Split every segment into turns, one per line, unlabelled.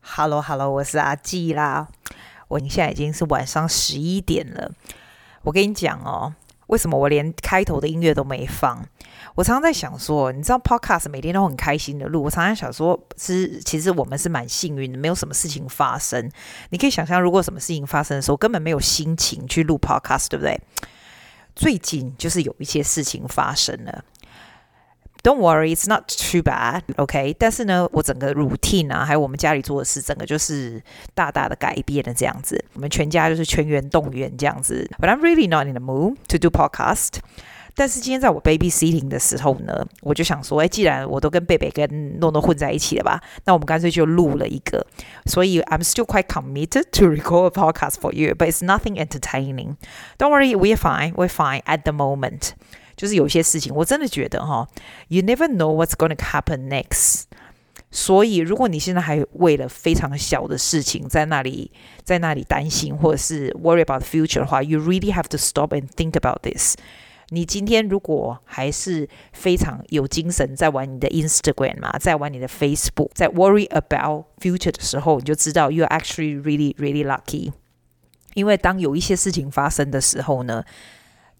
Hello Hello，我是阿纪啦。我现在已经是晚上十一点了。我跟你讲哦，为什么我连开头的音乐都没放？我常常在想说，你知道 Podcast 每天都很开心的录，我常常想说，是其实我们是蛮幸运的，没有什么事情发生。你可以想象，如果什么事情发生的时候，根本没有心情去录 Podcast，对不对？最近就是有一些事情发生了。Don't worry, it's not too bad, OK？但是呢，我整个 routine 啊，还有我们家里做的事，整个就是大大的改变了这样子。我们全家就是全员动员这样子。But I'm really not in the mood to do podcast. 但是今天在我 baby sitting 的时候呢，我就想说，哎，既然我都跟贝贝跟诺诺混在一起了吧，那我们干脆就录了一个。所以 I'm still quite committed to record a podcast for you, but it's nothing entertaining. Don't worry, we're fine, we're fine at the moment. 就是有些事情，我真的觉得哈、y o u never know what's going to happen next。所以，如果你现在还为了非常小的事情在那里在那里担心，或者是 worry about the future 的话，you really have to stop and think about this。你今天如果还是非常有精神，在玩你的 Instagram 嘛，在玩你的 Facebook，在 worry about future 的时候，你就知道 you are actually really really lucky。因为当有一些事情发生的时候呢，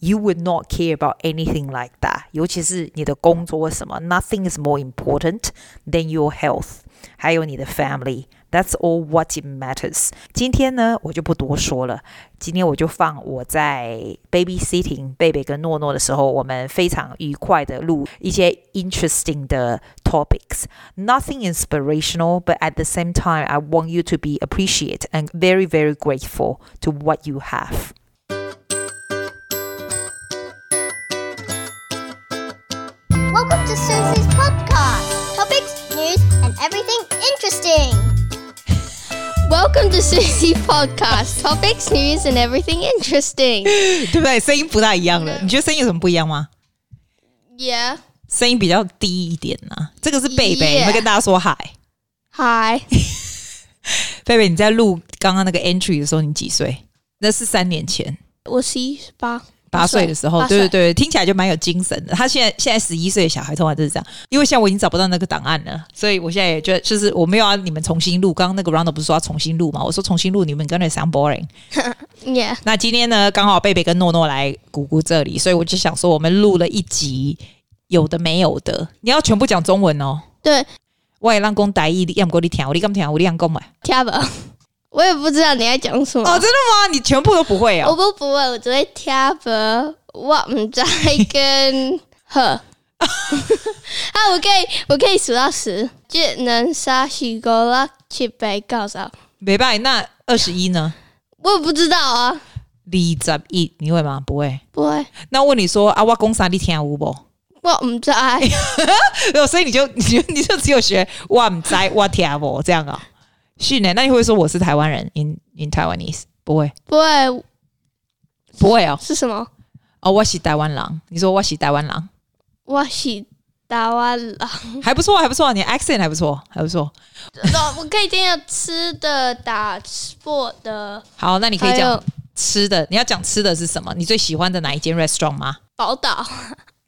you would not care about anything like that. 尤其是你的工作或什么，nothing is more important than your health，还有你的 family。That's all what it matters。今天呢，我就不多说了。今天我就放我在 babysitting 贝贝跟诺诺的时候，我们非常愉快的录一些 interesting 的 topics。Nothing inspirational, but at the same time, I want you to be appreciate and very, very grateful to what you have.
Welcome to Susie's podcast. Topics, news, and everything interesting. Welcome to Susie podcast. Topics, news, and everything interesting.
对不对？声音不大一样
啊
了，你觉得声音有什么不一样吗？
Yeah.
声音比较低一点呐、这个是贝贝
Yeah
你会跟大家说嗨。
Hi.
贝贝，你在录刚刚那个 entry 的时候，你几岁？那是三年前，
我十一八。
八岁的时候，
八
对
岁
对对，听起来就蛮有精神的。他现在现在十一岁的小孩通常都是这样，因为现在我已经找不到那个档案了，所以我现在也觉得就是我没有要你们重新录。刚刚那个 round 不是说要重新录嘛？我说重新录，你们跟着 sound boring。
Yeah.
那今天呢，刚好贝贝跟诺诺来姑姑这里，所以我就想说，我们录了一集有的没有的，你要全部讲中文哦。我也让公台语，你要不过你听，你敢听，我你敢讲嘛？
对，听不？我也不知道你在讲什么。
哦，真的吗？你全部都不会哦？
我不不会，我只会听不，我唔再跟啊！我可以我可以数到十，只能杀许哥啦，去背告诉我。我
没
也不知道啊。
办法，那二十一呢？你十一你会吗？不会。
啊不会，
那问你说啊，我讲啥你听有无？
我唔知。
呃所以你就 你就你就只有学我唔知我听无这样啊、是呢？那你会说我是台湾人，in in Taiwanese？不会，
不会
不会哦。
是什么？
哦，我是台湾人。你说我是台湾人。
我是台湾人。
还不错，还不错，你的 accent 还不错，还不错。
我我可以听到吃的、打 sport 的，
好，那你可以
还
讲
有
吃的，你要讲吃的是什么？你最喜欢的哪一间 restaurant 吗？
宝岛。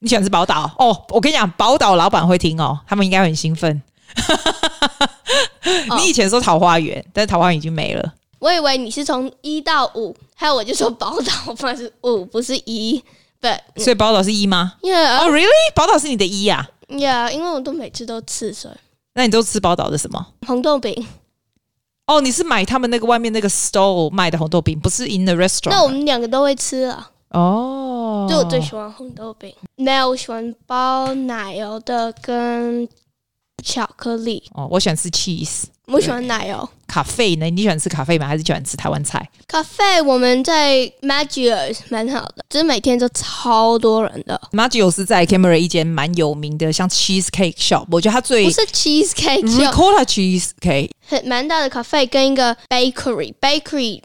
你喜欢吃宝岛哦？我跟你讲，宝岛老板会听哦，他们应该很兴奋。
哦
你以前说桃花源，但是桃花源已经没了。
我以为你是从一到五，还有我就说宝岛，不是五，不是一。But
所以宝岛是一吗？哦、r e a
yeah
l l y 宝岛是你的一啊？
yeah，因为我都每次都吃所以
那你都吃宝岛的什么？
红豆饼。
哦，你是买他们那个外面那个 store 卖的红豆饼，不是 in the restaurant 啊。
那我们两个都会吃啊。
哦，
就我最喜欢红豆饼，没有我喜欢包奶油的跟巧克力。
哦，我喜欢吃 cheese
我喜欢奶油。
咖啡呢？你喜欢吃咖啡吗？还是喜欢吃台湾菜？
咖啡我们在 Magios 蛮好的，就是每天都超多人的，
Maggio 是在 Canberra 一间蛮有名的，像 cheesecake shop，我觉得它最
不是 cheesecake，只有
Ricotta cheesecake，
很蛮大的咖啡跟一个 bakery，bakery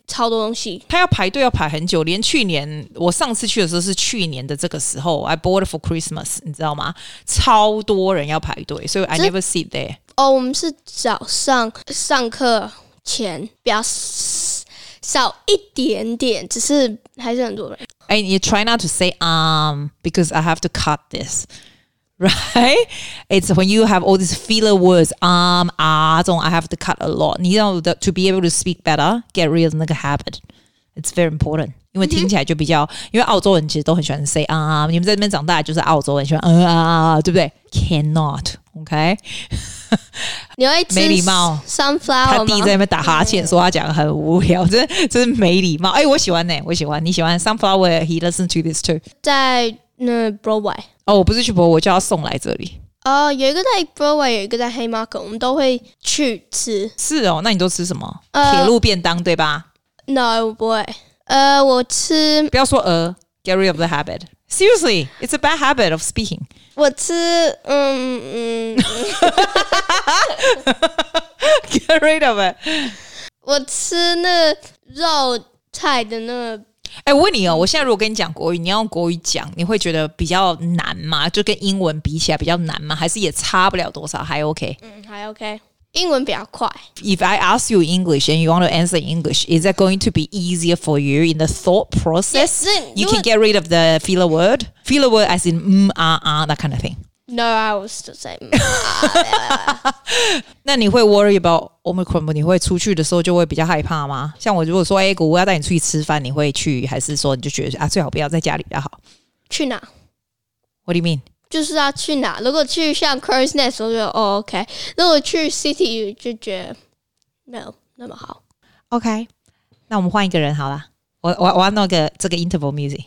超多东西。
它要排队要排很久，连去年我上次去的时候是去年的这个时候，I bought it for Christmas，你知道吗？超多人要排队，所以 I
这
never sit there。
哦，我们是早上上课前比较 s- 少一点点，只是还是很多人。
哎，你 try not to say um because I have to cut this。 right? It's when you have all these filler words, um, ah, so I have to cut a lot. You know, the, to be able to speak better, get rid of 那个 habit. It's very important. 因为听起来就比较，因为澳洲人其实都很喜欢 say 啊、你们在那边长大就是澳洲人喜欢嗯啊啊啊，对不对？Cannot，OK？、
你会吃
没礼貌
sunflower
他弟在
吗？
那边打哈欠，说他讲得很无聊，真的真是没礼貌。哎、我喜欢呢、我喜欢，你喜欢 sunflower？He l i s t e n to this too。
在那 Broadway
哦，我不是去博，我叫他送来这里。
哦，有一个在 Broadway，有一个在 Haymarket，我们都会去吃。
是哦，那你都吃什么？铁、
呃
路便当对吧？
No，我不会。呃，我吃
不要说呃，get rid of the habit。Seriously, it's a bad habit of speaking.
我吃，嗯嗯，
Get rid of it.
我吃那肉菜的那个
哎、我问你哦，我现在如果跟你讲国语，你要用国语讲，你会觉得比较难吗？就跟英文比起来比较难吗？还是也差不了多少，还 OK？
嗯，还 OK。英文比较快，
if I ask you in English and you want to answer in English, is that going to be easier for you in the thought process?
Yes, then
you
you
can
would-
get rid of the filler word, filler word as in mm, ah, ah, that kind of thing.
No, I was still saying.
那你会 worry about omicron 吗？你会出去的时候就会比较害怕吗？像我如果说，哎、果我要带你出去吃饭，你会去，还是说你就觉得啊，最好不要在家里比较好
去哪？
？What do you mean？
就是要去哪？如果去像 Curry's Nest，我就觉得哦 OK；如果去 City，就觉得没有那么好。
OK，那我们换一个人好了。我我我要弄个这个 interval music。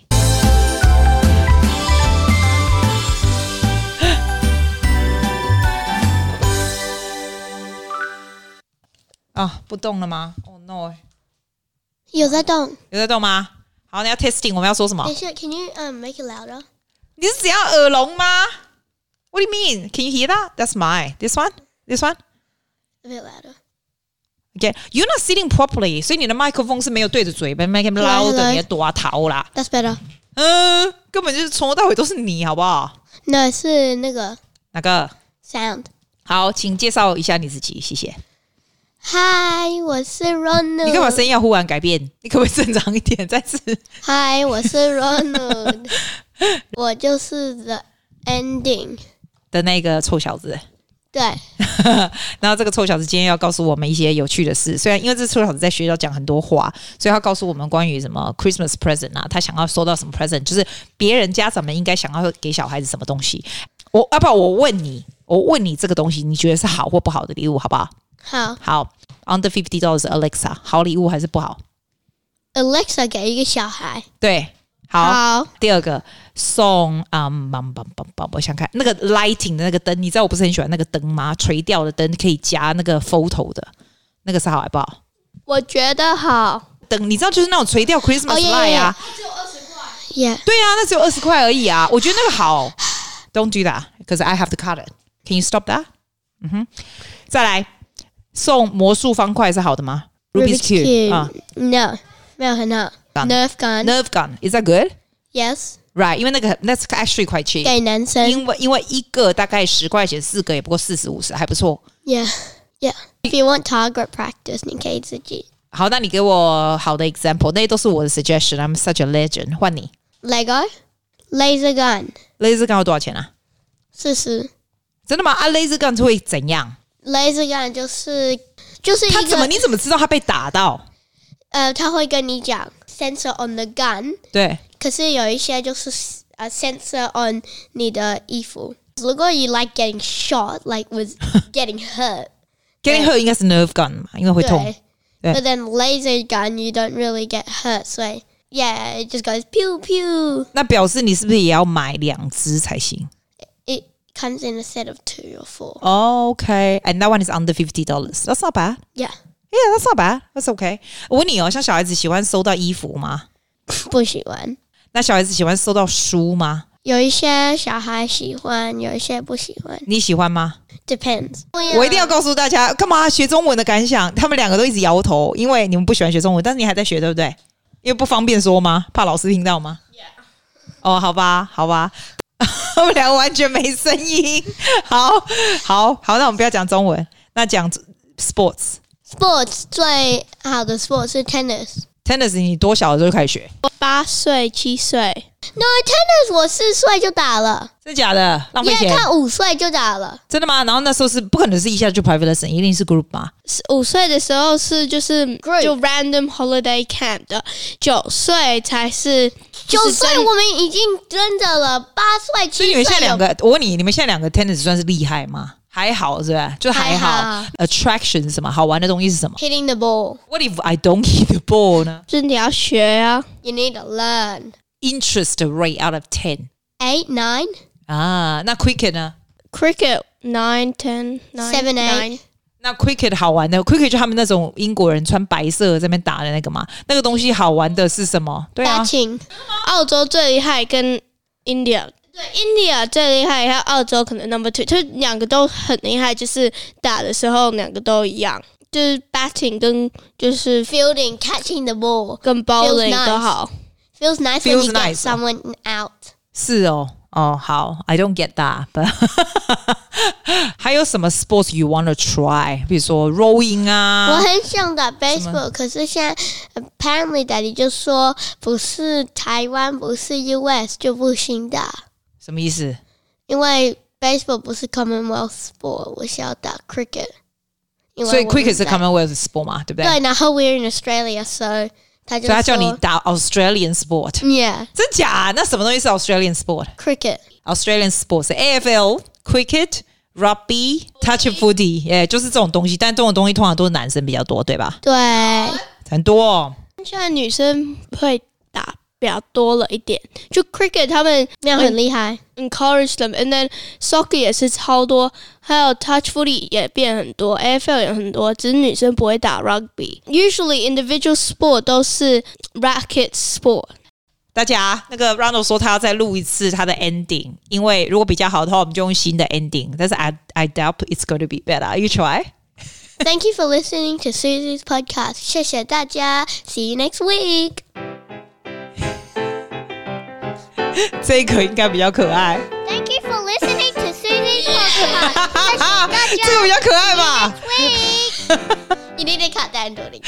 啊，不动了吗？Oh no，
有在动，
有在动吗？好，你要 testing，我们要说什么？
下，Can you um make it louder？
你是只要耳聋吗？What do you mean? Can you hear that? That's mine. This one? This one?
A bit louder.
Okay, you're not sitting properly，所以你的麦克风是没有对着嘴边，麦克风
来
捞的，
来
你的多头啦。
That's better.
嗯，根本就是从头到尾都是你，好不好？
那是那个
哪个？
sound。
好，请介绍一下你自己，谢谢。
嗨，我是 Ronald。
你干嘛声音要忽然改变？你可不可以正常一点？再次，
嗨，我 是 Ronald，我就是 The Ending。
的那个臭小子。
对，
然后这个臭小子今天要告诉我们一些有趣的事，虽然因为这臭小子在学校讲很多话，所以他告诉我们关于什么 Christmas present 啊，他想要收到什么 present，就是别人家长们应该想要给小孩子什么东西。我啊要不然我问你，我问你这个东西，你觉得是好或不好的礼物，好不好？
好
好，under fifty dollars Alexa，好礼物还是不好？
，Alexa 给一个小孩。
对，好
好，
第二个送啊，嗯棒棒棒棒！我想看那个 lighting 的那个灯，你知道我不是很喜欢那个灯吗？垂吊的灯可以加那个 photo 的，那个是好还不好？
我觉得好。
灯你知道就是那种垂吊 Christmas
哦
light
耶
啊
耶、
对啊，那只有二十块而已啊，我觉得那个好。Don't do that because I have to cut it. Can you stop that？嗯哼，再来送魔术方块是好的吗
Rubik's
Cube
Cube
啊
No，没有很好。
Gun
Nerf gun。
，Nerve gun is that good?
Yes，
Right，因为那个 that's actually quite cheap。
给男生。
因为因为一个大概十块钱，四个也不过四十五十，还不错。
Yeah, yeah. If you want target practice，你可以自己
好，那你给我好的 example，那些都是我的 suggestion。I'm such a legend。换你
Lego laser gun
，laser gun 要多少钱啊？
四十。
真的吗？啊，laser gun 会怎样？
laser gun 就是就是一
他怎么
个
你怎么知道他被打到？
呃，他会跟你讲 sensor on the gun，
对，
可是有一些就是呃 sensor on 你的衣服。如果 you like getting shot, like with getting hurt，
getting hurt 应该是 nerve gun 嘛，因为会痛
对。。
对
But then laser gun, you don't really get hurt, 所以 yeah, it just goes pew pew.
那表示你是不是也要买两只才行
It comes in a set of two or four.
？OK，and that one is under fifty dollars. That's not bad.
Yeah.
Yeah, that's not bad. That's okay. 我问你哦，像小孩子喜欢收到衣服吗？
不喜欢。
那小孩子喜欢收到书吗？
有一些小孩喜欢，有一些不喜欢
你喜欢吗？
，depends。
我一定要告诉大家，干嘛学中文的感想？他们两个都一直摇头，因为你们不喜欢学中文，但是你还在学，对不对？因为不方便说吗？怕老师听到吗哦，好吧，好吧， 他们两个完全没声音。好，好，好，那我们不要讲中文，那讲 sports。
sports 最好的 sports 是 tennis。
Tennis 你多小的时候就开始学？
我八岁、七岁，
No tennis，我四岁就打了，
真的假的？浪费
叶
钱？
看五岁就打了。
真的吗？然后那时候是不可能是一下就 private lesson，一定是 group 嘛？
是五岁的时候是就是就 random holiday camp 的，九岁才是
九
就是
岁
真
我们已经真的了，八岁、
所以
七
你们
岁
现在两
有
个，我问你，你们现在两个 tennis 算是厉害吗？还好是吧？就还好。
还好
Attraction 是什么？好玩的东西是什么
hitting the ball。
？What if I don't hit the ball 呢
就是你要学啊。
You need to learn.
？Interest rate out of ten
Eight, nine,
啊，那 cricket 呢？
Cricket nine ten nine
Seven,
nine
8
那 cricket 好玩的，cricket 就他们那种英国人穿白色在那边打的那个嘛，那个东西好玩的是什么？对啊，
batching.
澳洲最厉害跟 India 对 India 最厉害，还有澳洲可能 number two，就是两个都很厉害，就是打的时候两个都一样，就是 batting 跟就是
fielding, catching the ball.
跟
Feels
bowling
nice
都好。
Feels nice when
Feels
you get
nice.
someone out.
是哦，哦好，I don't get that，but 还有什么 sports you want to try？比如说 rowing
我
啊，
很想打 baseball，可是现在 apparently daddy 就说不是台湾，不是 US 就不行打，
什么意思？
因为 baseball 不是 Commonwealth sport，我是要打 cricket。因为
所以
我
cricket 是
们在
Commonwealth sport 嘛，对不对？
对，然后 we're in Australia，so 他就
所以他叫
说
你打 Australian sport，
Yeah,
真假？那什么东西是 Australian sport？Australian
cricket.
sport 是 AFL、cricket、rugby、touch footy，耶、就是这种东西。但这种东西通常都是男生比较多，对吧？
对，
很多、哦。
现在女生会打比较多了一点，就 cricket 他们
没有很厉害。
encourage them，and then soccer 也是超多，还有 touch footy 也变很多，AFL 也很多，只是女生不会打 rugby。Usually individual sport 都是 racket sport。
大家，那个 Ronald 说他要再录一次他的 ending，因为如果比较好的话，我们就用新的 ending。但是 I I doubt it's going to be better. You try.
Thank you for listening to Susie's podcast. 谢谢大家，See you next week.
这个应该比较可爱，
Thank you for listening to Susie's podcast. 谢谢大家。
啊这个比较可爱吧？
week. you need to cut that, Tony.